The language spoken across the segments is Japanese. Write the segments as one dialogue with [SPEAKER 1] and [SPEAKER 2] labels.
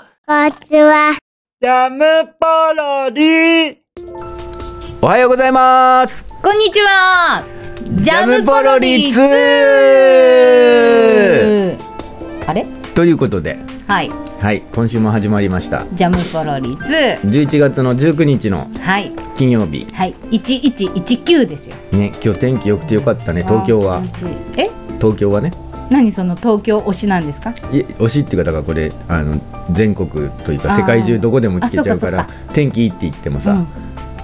[SPEAKER 1] ちは。
[SPEAKER 2] ジャムパロディ
[SPEAKER 3] おはようございます
[SPEAKER 4] こんにちはジャムポロリ
[SPEAKER 3] ジ
[SPEAKER 4] ツ
[SPEAKER 3] ャムポロリ
[SPEAKER 4] あれ
[SPEAKER 3] ツーということで
[SPEAKER 4] はい
[SPEAKER 3] はい今週も始まりました
[SPEAKER 4] ジャムポロリツ
[SPEAKER 3] 11月の19日の
[SPEAKER 4] はい
[SPEAKER 3] 金曜日
[SPEAKER 4] はい1119ですよ
[SPEAKER 3] ね今日天気良くてよかったね東京は
[SPEAKER 4] あー気持ちいいえ
[SPEAKER 3] 東京はね
[SPEAKER 4] 何その東京推しなんですか
[SPEAKER 3] い推しっていうかだからこれあの全国というか
[SPEAKER 4] あー
[SPEAKER 3] 世界中どこでも聞けちゃうから
[SPEAKER 4] あそ
[SPEAKER 3] 天気いいって言ってもさ、
[SPEAKER 4] うん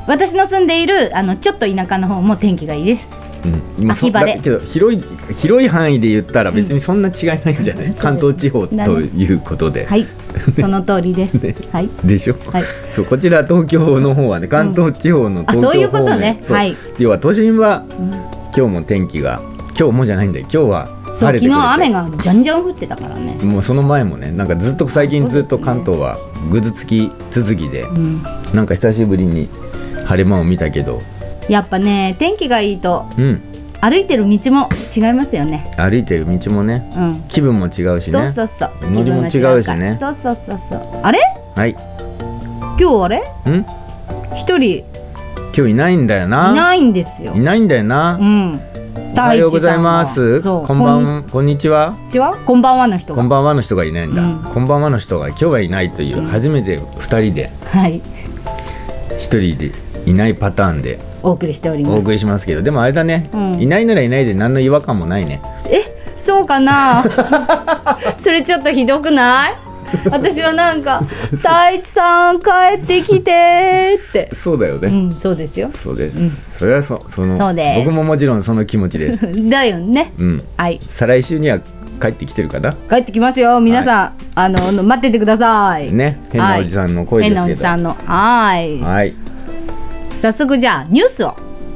[SPEAKER 4] 私の住んでいるあのちょっと田舎の方も天気がいいです
[SPEAKER 3] うん今そ
[SPEAKER 4] 秋晴れ
[SPEAKER 3] だけど広い広い範囲で言ったら別にそんな違いない んじゃない、
[SPEAKER 4] うん
[SPEAKER 3] 関東地方と
[SPEAKER 4] だね
[SPEAKER 3] いうことで、
[SPEAKER 4] はいその通りです、
[SPEAKER 3] ね
[SPEAKER 4] はい
[SPEAKER 3] でしょ、
[SPEAKER 4] はい
[SPEAKER 3] そうこちら東京の方はね関東地方の東
[SPEAKER 4] あそうい
[SPEAKER 3] 京
[SPEAKER 4] うこ
[SPEAKER 3] 方面、
[SPEAKER 4] とね
[SPEAKER 3] そう
[SPEAKER 4] はい
[SPEAKER 3] 要は都心は
[SPEAKER 4] うん
[SPEAKER 3] 今日も天気が今日もじゃないんだよ今日は
[SPEAKER 4] そ
[SPEAKER 3] 晴
[SPEAKER 4] う
[SPEAKER 3] れて
[SPEAKER 4] 昨
[SPEAKER 3] くれて
[SPEAKER 4] 日雨がじゃんじゃん降ってたからね
[SPEAKER 3] もうその前もねなんかずっと最近ずっと
[SPEAKER 4] そうですね
[SPEAKER 3] 関東はぐずつき続きで、
[SPEAKER 4] うん
[SPEAKER 3] なんか久しぶりに晴れ間を見たけど
[SPEAKER 4] やっぱね天気がいいと
[SPEAKER 3] うん
[SPEAKER 4] 歩いてる道も違いますよね
[SPEAKER 3] 歩いてる道もね
[SPEAKER 4] うん
[SPEAKER 3] 気分も違うしね
[SPEAKER 4] そうそうそう
[SPEAKER 3] ノリも
[SPEAKER 4] 気分が
[SPEAKER 3] 違うしね
[SPEAKER 4] からそうそうそうそうあれ
[SPEAKER 3] はいん
[SPEAKER 4] 今日あれ一人い
[SPEAKER 3] 今日いないんだよない
[SPEAKER 4] ないんですよ
[SPEAKER 3] いないんだよな、
[SPEAKER 4] うん
[SPEAKER 3] おはようございま
[SPEAKER 4] 大
[SPEAKER 3] す
[SPEAKER 4] 地さんはそう
[SPEAKER 3] こんばんこんにちは
[SPEAKER 4] こんにちはこんばんはの人
[SPEAKER 3] こ
[SPEAKER 4] が
[SPEAKER 3] んばんはの人がいないんだ、
[SPEAKER 4] うん
[SPEAKER 3] こんばんはの人が今日はいないという、初めて2人で
[SPEAKER 4] はい
[SPEAKER 3] 1人でいないパターンで
[SPEAKER 4] お送りしており
[SPEAKER 3] お
[SPEAKER 4] ま
[SPEAKER 3] 送
[SPEAKER 4] す
[SPEAKER 3] りしますけどでもあれだね、
[SPEAKER 4] うん
[SPEAKER 3] いないならいないで何の違和感もないね
[SPEAKER 4] そうかな それちょっとひどくない私はな んか「太一さん帰ってきて」って
[SPEAKER 3] そうだよね、
[SPEAKER 4] うんそうですよ
[SPEAKER 3] そうです、それはそその
[SPEAKER 4] そうです
[SPEAKER 3] 僕ももちろんその気持ちです
[SPEAKER 4] だよね
[SPEAKER 3] うん
[SPEAKER 4] はい
[SPEAKER 3] 再来週には帰ってきてるかな
[SPEAKER 4] 帰ってきますよ皆さん、あの待っててください
[SPEAKER 3] ね変なおじさんの声
[SPEAKER 4] はい
[SPEAKER 3] で
[SPEAKER 4] 変な
[SPEAKER 3] す
[SPEAKER 4] お
[SPEAKER 3] け
[SPEAKER 4] じ
[SPEAKER 3] ど、
[SPEAKER 4] さんのはい
[SPEAKER 3] はい
[SPEAKER 4] 早速じゃあニュースを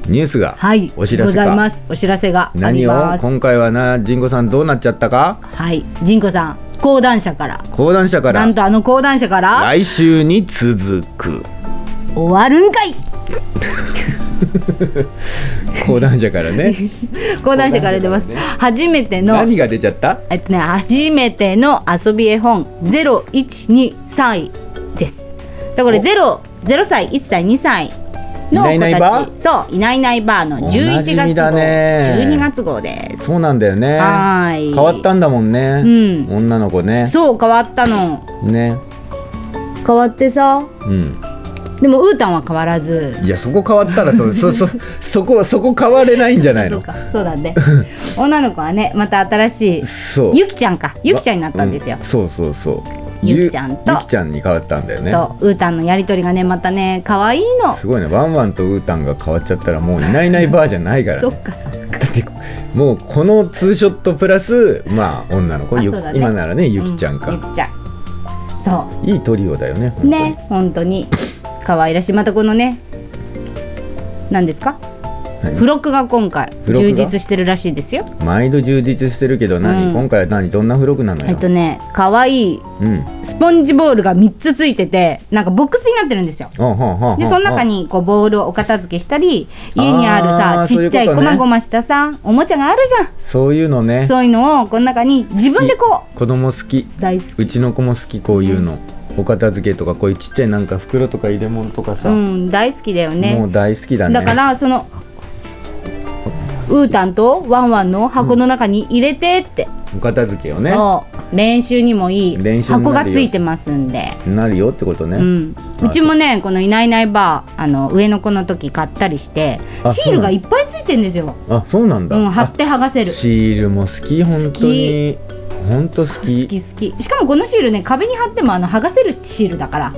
[SPEAKER 3] ニュースが
[SPEAKER 4] はい
[SPEAKER 3] お知ら
[SPEAKER 4] ご
[SPEAKER 3] せ
[SPEAKER 4] ざ
[SPEAKER 3] か、
[SPEAKER 4] いますお知らせがあり
[SPEAKER 3] 何を
[SPEAKER 4] ます
[SPEAKER 3] 今回はな神子さんどうなっちゃったか
[SPEAKER 4] はい仁子さん講談社から
[SPEAKER 3] 講談社か
[SPEAKER 4] な
[SPEAKER 3] ら
[SPEAKER 4] んとあの講談社から
[SPEAKER 3] 来週に続く
[SPEAKER 4] 終わるんかい
[SPEAKER 3] 講談社から ね
[SPEAKER 4] 講談社から出ます、初めての
[SPEAKER 3] 何が出ちゃった
[SPEAKER 4] えっとね初めての遊び絵本012歳ですだから0 0歳1歳2歳の子た
[SPEAKER 3] いな
[SPEAKER 4] ち
[SPEAKER 3] いいないばー
[SPEAKER 4] そういないいないバーの
[SPEAKER 3] おな
[SPEAKER 4] 11
[SPEAKER 3] じ
[SPEAKER 4] 月
[SPEAKER 3] みだ
[SPEAKER 4] 号、
[SPEAKER 3] ね
[SPEAKER 4] 12月号です
[SPEAKER 3] そうなんだよね
[SPEAKER 4] はーい
[SPEAKER 3] 変わったんだもんね、
[SPEAKER 4] うん
[SPEAKER 3] 女の子ね
[SPEAKER 4] そう変わったの
[SPEAKER 3] ね
[SPEAKER 4] 変わってさ
[SPEAKER 3] うん
[SPEAKER 4] でもウータンは変わらず
[SPEAKER 3] いやそこ変わったらそそ そそこそこ変われないんじゃない
[SPEAKER 4] そ
[SPEAKER 3] の
[SPEAKER 4] うかそうだね 女の子はねまた新しい
[SPEAKER 3] そう
[SPEAKER 4] ゆきちゃんかゆきちゃんになったんですよ
[SPEAKER 3] う、そうそうそう
[SPEAKER 4] ゆきちゃんと
[SPEAKER 3] ゆきちゃんに変わったんだよね
[SPEAKER 4] そうウータンのやりとりがねまたね可愛いの
[SPEAKER 3] すごいねワンワンとウータンが変わっちゃったらもういないいないバーじゃないから、
[SPEAKER 4] そ
[SPEAKER 3] ね、
[SPEAKER 4] っかそっか
[SPEAKER 3] だってもうこのツーショットプラスまあ女の子、
[SPEAKER 4] あ
[SPEAKER 3] ゆ
[SPEAKER 4] そうだね
[SPEAKER 3] 今ならねゆきちゃんか、
[SPEAKER 4] ゆきちゃんそ
[SPEAKER 3] いいトリオだよね
[SPEAKER 4] うね本当に可愛らしいまたこのね何ですか
[SPEAKER 3] 何
[SPEAKER 4] 付録が今回
[SPEAKER 3] 付録
[SPEAKER 4] 充
[SPEAKER 3] が
[SPEAKER 4] 実してるらしいですよ
[SPEAKER 3] 毎度充実してるけど何、
[SPEAKER 4] うん
[SPEAKER 3] 今回は何どんな付録なのよ、
[SPEAKER 4] えっとね可愛い
[SPEAKER 3] うん
[SPEAKER 4] スポンジボールが3つついててなんかボックスになってるんですよ
[SPEAKER 3] ほんほんほんほん
[SPEAKER 4] でその中にこうボールをお片付けしたり家にある
[SPEAKER 3] あ
[SPEAKER 4] さ
[SPEAKER 3] ー
[SPEAKER 4] ちっちゃい
[SPEAKER 3] そういうこ
[SPEAKER 4] ご
[SPEAKER 3] とね
[SPEAKER 4] まごましたさおもちゃがあるじゃん
[SPEAKER 3] そういうのね
[SPEAKER 4] そういうのをこの中に自分でこ
[SPEAKER 3] 子供好き
[SPEAKER 4] う大好き
[SPEAKER 3] うちの子も好きこういうの、お片付けとかこういうちっちゃいなんか袋とか入れ物とかさ、
[SPEAKER 4] うん大好きだよ
[SPEAKER 3] も
[SPEAKER 4] ね
[SPEAKER 3] う大好きだ
[SPEAKER 4] だ
[SPEAKER 3] ね
[SPEAKER 4] からそのウータンとワンワンの箱の中に入れてって、
[SPEAKER 3] お片付けをね
[SPEAKER 4] そう練習にもいい
[SPEAKER 3] 練習になるよ
[SPEAKER 4] 箱がついてますんで。
[SPEAKER 3] なるよってことね、
[SPEAKER 4] うん、うちもねこの「いないいないばー」あの上の子の時買ったりして
[SPEAKER 3] あ
[SPEAKER 4] シールがいっぱいついてんですよ、
[SPEAKER 3] あそうなんだ、
[SPEAKER 4] うん、貼って剥がせ
[SPEAKER 3] あ
[SPEAKER 4] る
[SPEAKER 3] シールも好き本当に本当好き
[SPEAKER 4] 好き好きしかもこのシールね壁に貼ってもあの剥がせるシールだから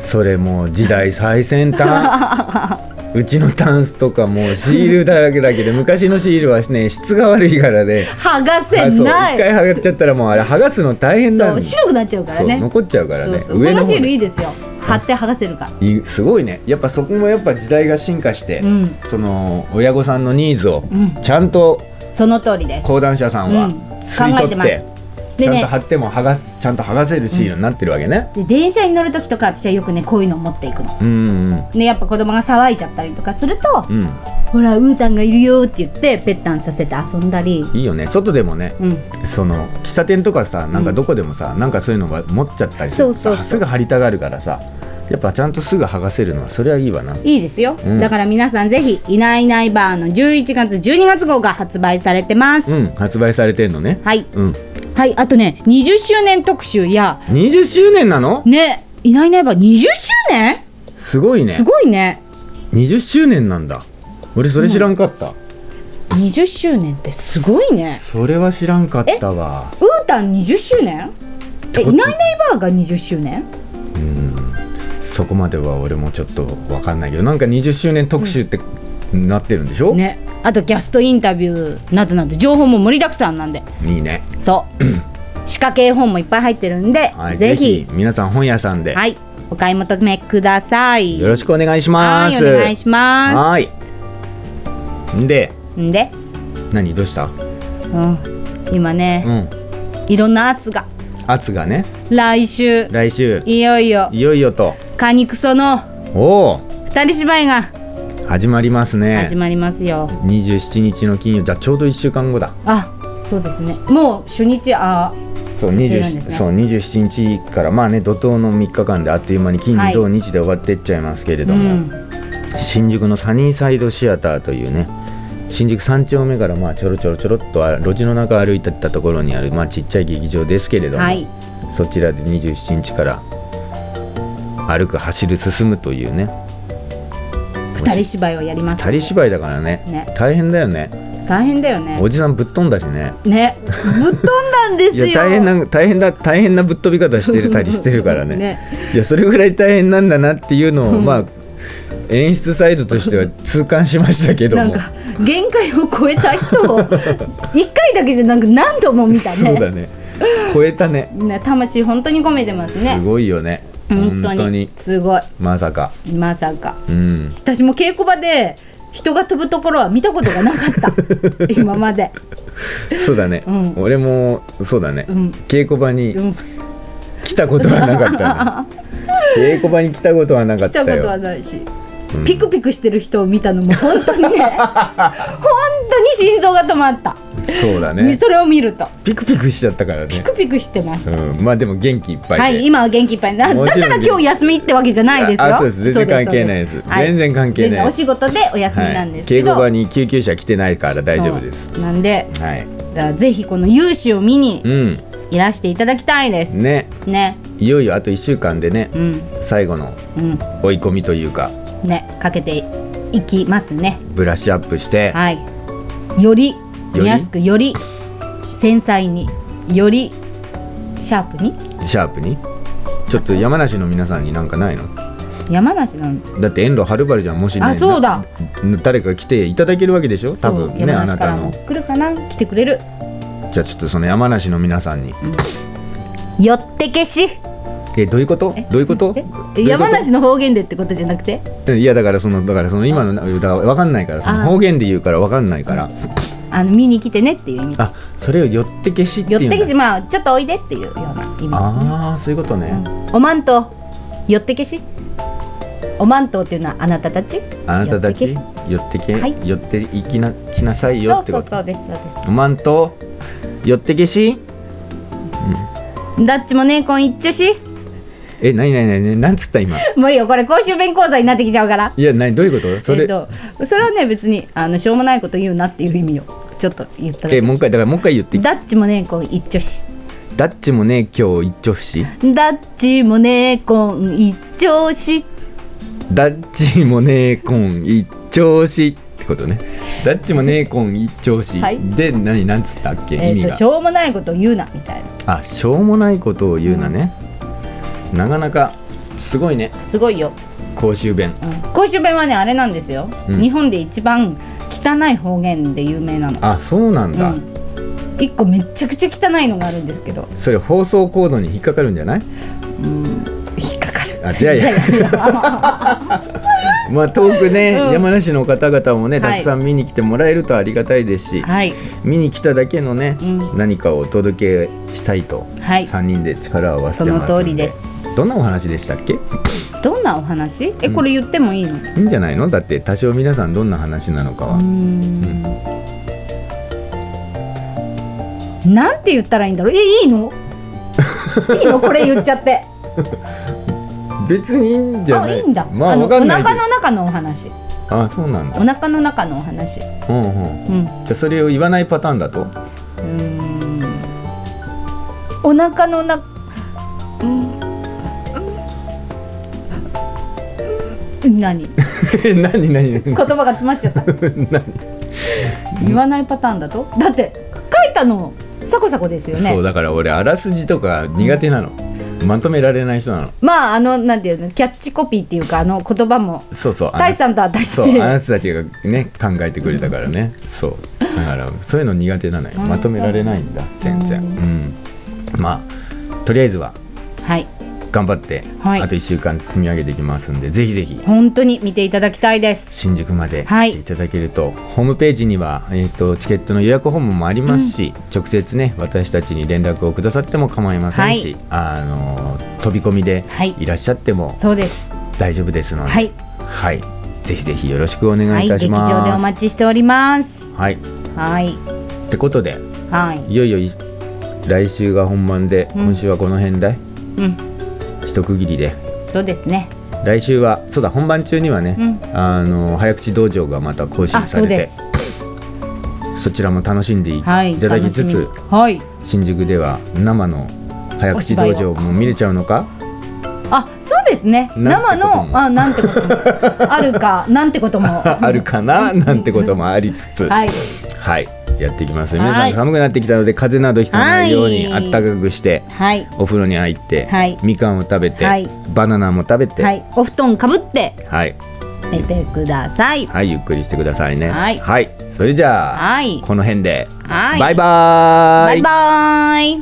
[SPEAKER 3] それもう時代最先端うちのタンスとかもうシールだらけだけど昔のシールはね質が悪いからね
[SPEAKER 4] 剥が
[SPEAKER 3] あ
[SPEAKER 4] せ
[SPEAKER 3] そう一
[SPEAKER 4] ない
[SPEAKER 3] 回剥がっちゃったらもうあれ剥がすの大変なんだ
[SPEAKER 4] そう白くなっちゃうから
[SPEAKER 3] そう
[SPEAKER 4] ね
[SPEAKER 3] 残っちゃうから
[SPEAKER 4] そう
[SPEAKER 3] ね
[SPEAKER 4] そうこのシールい
[SPEAKER 3] い
[SPEAKER 4] いですよ貼って剥がせるから
[SPEAKER 3] いすごいねやっぱそこもやっぱ時代が進化して、
[SPEAKER 4] うん
[SPEAKER 3] その親御さんのニーズを
[SPEAKER 4] ん
[SPEAKER 3] ちゃんと
[SPEAKER 4] その通りです
[SPEAKER 3] 講談社さんは
[SPEAKER 4] うん
[SPEAKER 3] 吸い取って、
[SPEAKER 4] 考えてますで
[SPEAKER 3] ちゃん
[SPEAKER 4] ね
[SPEAKER 3] と貼っても剥がすちゃんと剥がせるシールになってるわけね
[SPEAKER 4] で電車に乗る時とか私はよくねこういうのを持っていくの。
[SPEAKER 3] うんうん
[SPEAKER 4] でやっぱ子供が騒いじゃったりとかすると
[SPEAKER 3] うん
[SPEAKER 4] 「ほらウータンがいるよ」って言ってぺったんさせて遊んだり、
[SPEAKER 3] いいよね外でもね
[SPEAKER 4] うん、
[SPEAKER 3] その喫茶店とかさなんかどこでもさ、なんかそういうのが持っちゃったりすると
[SPEAKER 4] そうそうそ
[SPEAKER 3] さ
[SPEAKER 4] う
[SPEAKER 3] すぐ貼りたがるからさやっぱちゃんとすぐ剥がせるのはそれはいいわな
[SPEAKER 4] いいですよ、
[SPEAKER 3] うん
[SPEAKER 4] だから皆さんぜひ「いないいないばー」の11月12月号が発売されてます、
[SPEAKER 3] うん発売されてんのね
[SPEAKER 4] はい
[SPEAKER 3] うん
[SPEAKER 4] はいあとね20周年特集や
[SPEAKER 3] 20周年なの
[SPEAKER 4] ねいないいないばー20周年
[SPEAKER 3] すごいね
[SPEAKER 4] すごいね
[SPEAKER 3] 20周年なんだ俺それ知らんかった、
[SPEAKER 4] 20周年ってすごいね
[SPEAKER 3] それは知らんかったわ
[SPEAKER 4] ウータン20周年えいないいないばーが20周年
[SPEAKER 3] そこまでは俺もちょっとわかんないけどなんか20周年特集ってなってるんでしょ、
[SPEAKER 4] ねあとキャストインタビューなどなど情報も盛りだくさんなんで
[SPEAKER 3] いいね、
[SPEAKER 4] そう仕掛け絵本もいっぱい入ってるんで、
[SPEAKER 3] はい、
[SPEAKER 4] ぜ
[SPEAKER 3] ぜ
[SPEAKER 4] ひ
[SPEAKER 3] ひ皆さん本屋さんで
[SPEAKER 4] はいお買い求めください
[SPEAKER 3] よろしくお願いし
[SPEAKER 4] は
[SPEAKER 3] ま
[SPEAKER 4] い
[SPEAKER 3] す
[SPEAKER 4] お願いしま
[SPEAKER 3] はーいです
[SPEAKER 4] んで、
[SPEAKER 3] 何どうした
[SPEAKER 4] うん、今ね、
[SPEAKER 3] うん
[SPEAKER 4] いろんな圧が
[SPEAKER 3] 圧がね
[SPEAKER 4] 来週
[SPEAKER 3] 来週
[SPEAKER 4] いよいよ
[SPEAKER 3] いよいよと
[SPEAKER 4] カニクソの
[SPEAKER 3] おお
[SPEAKER 4] 二人芝居が
[SPEAKER 3] 始まりますね
[SPEAKER 4] 始まりますよ、
[SPEAKER 3] 27日の金曜じゃあちょうど1週間後だ
[SPEAKER 4] あそうですねもう初日あ
[SPEAKER 3] そう
[SPEAKER 4] 出るんです
[SPEAKER 3] 27
[SPEAKER 4] ね
[SPEAKER 3] そう27日からまあね怒涛の3日間であっという間に金
[SPEAKER 4] はい
[SPEAKER 3] 土日で終わってっちゃいますけれ
[SPEAKER 4] う
[SPEAKER 3] ども、
[SPEAKER 4] ん
[SPEAKER 3] 新宿のサニーサイドシアターというね新宿3丁目からまあちょろちょろちょろっとあ路地の中歩いてったところにあるまあちっちゃい劇場ですけれども、
[SPEAKER 4] はい
[SPEAKER 3] そちらで27日から歩く走る進むというね
[SPEAKER 4] 二人芝居をやります
[SPEAKER 3] 二人芝居だからね
[SPEAKER 4] ね
[SPEAKER 3] 大変だよね
[SPEAKER 4] 大変だよね
[SPEAKER 3] おじさんぶっ飛んだしね
[SPEAKER 4] ねぶっ飛んだんです
[SPEAKER 3] い
[SPEAKER 4] よ
[SPEAKER 3] や大変な大変だ大変なぶっ飛び方 してたりしてるからね
[SPEAKER 4] ね
[SPEAKER 3] いやそれぐらい大変なんだなっていうのをまあ演出サイドとしては痛感しましたけど
[SPEAKER 4] なん
[SPEAKER 3] も
[SPEAKER 4] か限界を超えた人を 一回だけじゃなく何度も見た
[SPEAKER 3] そう
[SPEAKER 4] ね
[SPEAKER 3] だね超えたね
[SPEAKER 4] ね魂本当に込めてますね
[SPEAKER 3] すごいよね
[SPEAKER 4] 本当にすごい
[SPEAKER 3] まさか
[SPEAKER 4] まさか
[SPEAKER 3] うん
[SPEAKER 4] 私も稽古場で人が飛ぶところは見たことがなかった 今まで、
[SPEAKER 3] そうだね、
[SPEAKER 4] うん
[SPEAKER 3] 俺もそうだね、
[SPEAKER 4] うん
[SPEAKER 3] 稽古場に
[SPEAKER 4] うん、
[SPEAKER 3] 来たことはなかった ね稽古場に来たことはなか
[SPEAKER 4] 来
[SPEAKER 3] った
[SPEAKER 4] た
[SPEAKER 3] よ
[SPEAKER 4] ことはないし、ピクピクしてる人を見たのも本 当にね本当に心臓が止まった、
[SPEAKER 3] そうだね
[SPEAKER 4] それを見ると
[SPEAKER 3] ピクピクしちゃったから
[SPEAKER 4] ピ
[SPEAKER 3] ね
[SPEAKER 4] クピクしてました、
[SPEAKER 3] うん、まあでも元気いっぱいで、
[SPEAKER 4] はい、今は元気いっぱいな
[SPEAKER 3] も
[SPEAKER 4] だ
[SPEAKER 3] ち
[SPEAKER 4] か
[SPEAKER 3] ろん
[SPEAKER 4] ら今日休みってわけじゃないですよ
[SPEAKER 3] あそうです全然関係ないです
[SPEAKER 4] そうはい
[SPEAKER 3] 全然関係ない
[SPEAKER 4] 全然お仕事でお休みなんです
[SPEAKER 3] はい、
[SPEAKER 4] け
[SPEAKER 3] 稽
[SPEAKER 4] ど、
[SPEAKER 3] 古場に救急車来てないから大丈夫です
[SPEAKER 4] そうなんで
[SPEAKER 3] はい
[SPEAKER 4] だからぜひこの勇姿を見に
[SPEAKER 3] うん
[SPEAKER 4] いらしていただきたいです
[SPEAKER 3] ね
[SPEAKER 4] ね
[SPEAKER 3] いよいよあと1週間でね、
[SPEAKER 4] うん
[SPEAKER 3] 最後の
[SPEAKER 4] うん
[SPEAKER 3] 追い込みというか
[SPEAKER 4] ねかけていきますね
[SPEAKER 3] ブラッシュアップして、
[SPEAKER 4] はいより
[SPEAKER 3] り
[SPEAKER 4] 見やすくより繊細によりシャープに
[SPEAKER 3] シャープにちょっと山梨の皆さんになんかないの
[SPEAKER 4] 山梨なの
[SPEAKER 3] だって遠路はるばるじゃんもしね
[SPEAKER 4] あそうだ
[SPEAKER 3] な誰か来ていただけるわけでしょ多
[SPEAKER 4] そ
[SPEAKER 3] 分
[SPEAKER 4] う
[SPEAKER 3] ねあ
[SPEAKER 4] 山
[SPEAKER 3] な
[SPEAKER 4] 梨か
[SPEAKER 3] た
[SPEAKER 4] ら
[SPEAKER 3] の
[SPEAKER 4] も来るかな来てくれる
[SPEAKER 3] じゃあちょっとその山梨の皆さんに、
[SPEAKER 4] よってけし
[SPEAKER 3] えどういうことどういうこと
[SPEAKER 4] え
[SPEAKER 3] どういうこと
[SPEAKER 4] え山梨の方言でってことじゃなくて
[SPEAKER 3] いやだからそのだからその今のだから分かんないからその
[SPEAKER 4] あ
[SPEAKER 3] 方言で言うから分かんないから
[SPEAKER 4] あの見に来てねっていう意味
[SPEAKER 3] あそれを寄って消しってい
[SPEAKER 4] よ
[SPEAKER 3] う
[SPEAKER 4] っ
[SPEAKER 3] んだ
[SPEAKER 4] てけしまあちょっとおいでっていうような意味ですね
[SPEAKER 3] ああそういうことね、
[SPEAKER 4] おまんとよってけしおまんとうっていうのはあなたたち
[SPEAKER 3] あなたたち
[SPEAKER 4] よっ
[SPEAKER 3] 寄ってけ、
[SPEAKER 4] はい
[SPEAKER 3] 寄っていきな来なさい
[SPEAKER 4] てけしそ
[SPEAKER 3] よ
[SPEAKER 4] う
[SPEAKER 3] って
[SPEAKER 4] そ
[SPEAKER 3] こ
[SPEAKER 4] う
[SPEAKER 3] と
[SPEAKER 4] そうですそうです
[SPEAKER 3] おまんと寄ってけし
[SPEAKER 4] だっちもねえこんいっちゅし
[SPEAKER 3] えなになになになんつった今
[SPEAKER 4] もういいよこれ公衆弁講座になってきちゃうから
[SPEAKER 3] いやなにどういうことそれ、
[SPEAKER 4] えっと、それはね別にあのしょうもないこと言うなっていう意味をちょっと言っただ
[SPEAKER 3] え
[SPEAKER 4] け
[SPEAKER 3] もう一回だからもう一回言って
[SPEAKER 4] ダッチもねこん一丁し
[SPEAKER 3] ダッチもね今日一丁節
[SPEAKER 4] ダッチもねこん一丁し
[SPEAKER 3] ダッチもねこん一丁節ってことねダッチもねこん一丁節、
[SPEAKER 4] はい
[SPEAKER 3] でなになんつったっけ、
[SPEAKER 4] え
[SPEAKER 3] 意
[SPEAKER 4] っ
[SPEAKER 3] 味
[SPEAKER 4] と
[SPEAKER 3] が
[SPEAKER 4] しょうもないこと言うなみたい
[SPEAKER 3] あしょうもないことを言うなね、なかなかすごいね
[SPEAKER 4] なすごいよ、
[SPEAKER 3] 公衆弁
[SPEAKER 4] うん、公衆弁はねあれなんですよ、
[SPEAKER 3] うん
[SPEAKER 4] 日本で一番汚い方言で有名なの
[SPEAKER 3] あそうなんだ、
[SPEAKER 4] うん一個めっちゃくちゃ汚いのがあるんですけど
[SPEAKER 3] それ放送コードに引っかかるんじゃない
[SPEAKER 4] 引っかかる
[SPEAKER 3] あいやいや
[SPEAKER 4] じゃあやめよう
[SPEAKER 3] まあ遠くね、
[SPEAKER 4] うん
[SPEAKER 3] 山梨の方々もね
[SPEAKER 4] はい
[SPEAKER 3] たくさん見に来てもらえるとありがたいですし、
[SPEAKER 4] はい
[SPEAKER 3] 見に来ただけのね、
[SPEAKER 4] う
[SPEAKER 3] 何かをお届けしたいと、
[SPEAKER 4] はい
[SPEAKER 3] 3人で力を合わせてますん
[SPEAKER 4] その通りです
[SPEAKER 3] どんなお話でしたっけ
[SPEAKER 4] どんなお話えこれ言ってもいいのう
[SPEAKER 3] いいんじゃないのだって多少皆さんどんな話なのかは、
[SPEAKER 4] ーんなんて言ったらいいんだろうえい いのいいのこれ言っちゃって
[SPEAKER 3] 別にいいんじゃ
[SPEAKER 4] あ
[SPEAKER 3] ない
[SPEAKER 4] いいんだ、
[SPEAKER 3] まあ
[SPEAKER 4] の
[SPEAKER 3] わ
[SPEAKER 4] お
[SPEAKER 3] かんない
[SPEAKER 4] 腹
[SPEAKER 3] けど
[SPEAKER 4] の中のお話
[SPEAKER 3] あそうなん
[SPEAKER 4] お
[SPEAKER 3] だ、
[SPEAKER 4] 腹の中のお話
[SPEAKER 3] うんうん、
[SPEAKER 4] うん
[SPEAKER 3] じゃあそれを言わないパターンだと
[SPEAKER 4] うーんお腹の中、うんう ん、 何言
[SPEAKER 3] え何何何
[SPEAKER 4] 葉が詰まっちゃった言わないパターンだとだって書いたのサコサコですよ
[SPEAKER 3] そ
[SPEAKER 4] ね
[SPEAKER 3] うだから俺あらすじとか苦手なの、まとめられない人なの
[SPEAKER 4] まああのなんていうのキャッチコピーっていうかあの言葉も
[SPEAKER 3] そうそうあ
[SPEAKER 4] 大
[SPEAKER 3] な
[SPEAKER 4] さんと私
[SPEAKER 3] そうあ
[SPEAKER 4] で
[SPEAKER 3] なたたちがね考えてくれたからねそうだからそういうの苦手なのよまとめられないんだ全然うんまあとりあえずは
[SPEAKER 4] はい
[SPEAKER 3] 頑張って、
[SPEAKER 4] はい
[SPEAKER 3] あと1週間積み上げていきますんでぜひぜひ
[SPEAKER 4] 本当に見ていただきたいです
[SPEAKER 3] 新宿まで
[SPEAKER 4] はい
[SPEAKER 3] 来ていただけると、ホームページには、えー、とチケットの予約フォームもありますし、直接ね私たちに連絡をくださっても構いませんし、あの飛び込みで
[SPEAKER 4] はい
[SPEAKER 3] いらっしゃっても
[SPEAKER 4] そうです
[SPEAKER 3] 大丈夫ですので、
[SPEAKER 4] はい
[SPEAKER 3] はいぜひぜひよろしくお願
[SPEAKER 4] はい
[SPEAKER 3] いいたし
[SPEAKER 4] 劇
[SPEAKER 3] ます。
[SPEAKER 4] 場でお待ちしております
[SPEAKER 3] はい、
[SPEAKER 4] はい
[SPEAKER 3] ってことで
[SPEAKER 4] はい
[SPEAKER 3] いよいよい来週が本番で、
[SPEAKER 4] うん
[SPEAKER 3] 今週はこの辺で
[SPEAKER 4] うん
[SPEAKER 3] 一区切りで
[SPEAKER 4] そうですね
[SPEAKER 3] 来週はそうだ本番中にはね、
[SPEAKER 4] う
[SPEAKER 3] あの早口道場がまた更新
[SPEAKER 4] あ
[SPEAKER 3] さ
[SPEAKER 4] そう
[SPEAKER 3] れ
[SPEAKER 4] で
[SPEAKER 3] て
[SPEAKER 4] す
[SPEAKER 3] そちらも楽しんでい
[SPEAKER 4] はい、
[SPEAKER 3] ただきつ
[SPEAKER 4] 楽しみ
[SPEAKER 3] つ、
[SPEAKER 4] はい、
[SPEAKER 3] 新宿では生の早口道場も見れちゃうのか
[SPEAKER 4] あ、そうですね。
[SPEAKER 3] なん
[SPEAKER 4] 生
[SPEAKER 3] てことも
[SPEAKER 4] の、あ、なんてことも、 あるか、なんてことも。
[SPEAKER 3] あるか ななんてこともありつつ、
[SPEAKER 4] はい、
[SPEAKER 3] はいやっていきます皆さ
[SPEAKER 4] はい
[SPEAKER 3] ん寒くなってきたので風邪などひかないように
[SPEAKER 4] は
[SPEAKER 3] あ
[SPEAKER 4] い
[SPEAKER 3] ったかくして
[SPEAKER 4] はい、
[SPEAKER 3] お風呂に入って、
[SPEAKER 4] はい
[SPEAKER 3] みかんを食べて、
[SPEAKER 4] はい
[SPEAKER 3] バナナも食べて
[SPEAKER 4] はい、お布団かぶって
[SPEAKER 3] はい
[SPEAKER 4] 寝てください。
[SPEAKER 3] はい、ゆっくりしてくださいね。
[SPEAKER 4] はい
[SPEAKER 3] それじゃあ、
[SPEAKER 4] はい、
[SPEAKER 3] この辺で、
[SPEAKER 4] はい、
[SPEAKER 3] バイバーイ。
[SPEAKER 4] バイバイ。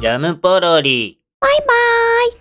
[SPEAKER 2] ジャムポロリ。
[SPEAKER 1] バイバイ